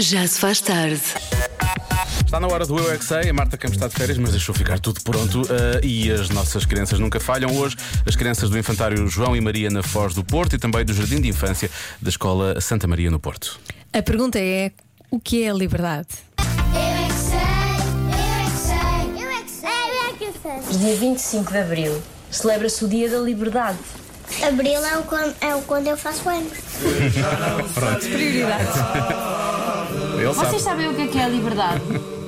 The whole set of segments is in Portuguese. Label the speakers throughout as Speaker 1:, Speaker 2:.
Speaker 1: Já se faz tarde.
Speaker 2: Está na hora do Eu é que Sei. A Marta Campos está de férias, mas deixou ficar tudo pronto. eh, e as nossas crianças nunca falham. Hoje, as crianças do Infantário João e Maria na Foz do Porto e também do Jardim de Infância da Escola Santa Maria no Porto.
Speaker 3: A pergunta é: o que é a liberdade?
Speaker 4: Eu é que sei, eu é que sei, eu é que sei, eu é que sei.
Speaker 5: Dia 25 de Abril celebra-se o Dia da Liberdade.
Speaker 4: Abril é o quando, é o quando eu faço anos.
Speaker 2: Ele sabe.
Speaker 5: Vocês sabem o que é, que é a liberdade?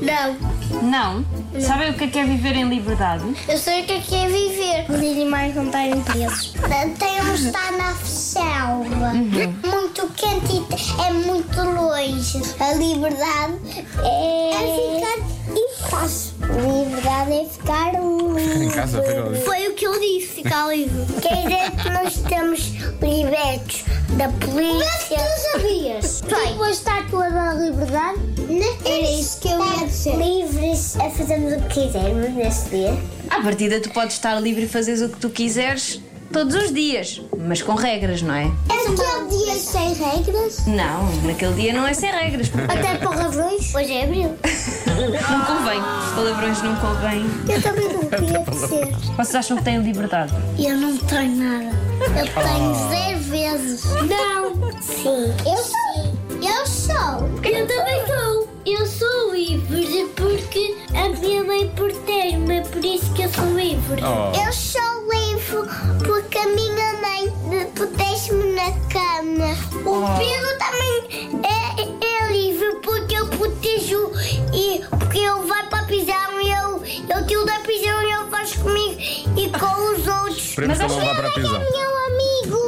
Speaker 4: Não,
Speaker 5: Não? Sabem o que é, que é viver em liberdade?
Speaker 4: eu sei o que é que é viver. Os animais não têm presos. Temos de estar na selva. Muito quente e é muito longe. A liberdade é, ficar em paz. Liberdade é ficar livre.
Speaker 2: Em casa, fica livre.
Speaker 4: Foi o que eu disse, ficar livre. Quer dizer que nós estamos libertos da polícia. Mas tu sabias? Tipo a estátua da liberdade? Não. Era isso que eu ia dizer. Livres a fazermos o que quisermos nesse dia.
Speaker 5: À partida, tu podes estar livre e fazeres o que tu quiseres todos os dias, mas com regras, não é?
Speaker 4: É aquele dia sem regras?
Speaker 5: Não, naquele dia não é sem regras.
Speaker 4: Até palavrões? Hoje é abril.
Speaker 5: Não convém. Palavrões não convém.
Speaker 4: Eu também não queria dizer.
Speaker 5: Vocês acham que têm liberdade?
Speaker 4: Eu não tenho nada. Eu tenho zero vezes. Não. Sim. Eu sou. Eu sou. Eu também sou. Eu sou livre porque a minha mãe protege-me, é por isso que eu sou livre.
Speaker 2: Oh.
Speaker 4: Eu sou livre porque a minha mãe protege-me na cama. O
Speaker 2: Oh.
Speaker 4: Pedro também é, é livre porque eu protejo e porque ele vai para a prisão e eu, eu tiro da prisão e ele faz comigo e com os outros.
Speaker 2: Esperemos que ele não vá para a
Speaker 4: Ele
Speaker 2: prisão.
Speaker 4: é meu amigo.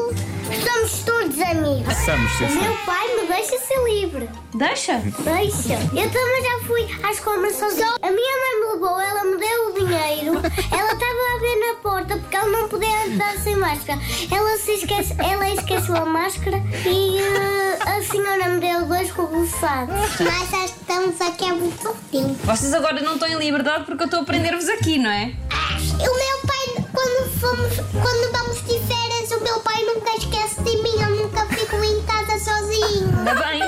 Speaker 4: Somos todos amigos.
Speaker 2: Somos, sim,
Speaker 4: O
Speaker 2: sim.
Speaker 4: meu pai me deixa ser livre.
Speaker 5: Deixa.
Speaker 4: Deixa. Eu também já fui às compras sozinha. A minha mãe me levou, ela me deu o dinheiro. Ela estava a ver na porta porque ela não podia andar sem máscara. Ela, se esquece, ela esqueceu a máscara e eh, a senhora me deu dois coguçados. Mas já estamos aqui há muito tempo.
Speaker 5: Vocês agora não estão em liberdade porque eu estou a prender-vos aqui, não é?
Speaker 4: O meu pai, quando, fomos, quando vamos de férias, o meu pai nunca esquece de mim. Eu nunca fico em casa sozinho.
Speaker 5: Ainda bem.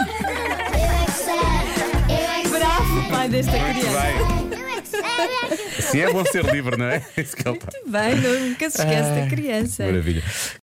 Speaker 4: Eu é que sei, eu é que sei.
Speaker 3: Bravo, pai desta
Speaker 2: Muito
Speaker 3: criança.
Speaker 2: bem.
Speaker 4: Eu é que sei, eu é que sei.
Speaker 2: Assim é bom ser livre, não é? Isso que ele está.
Speaker 3: Bem, nunca se esquece da criança.
Speaker 2: Maravilha.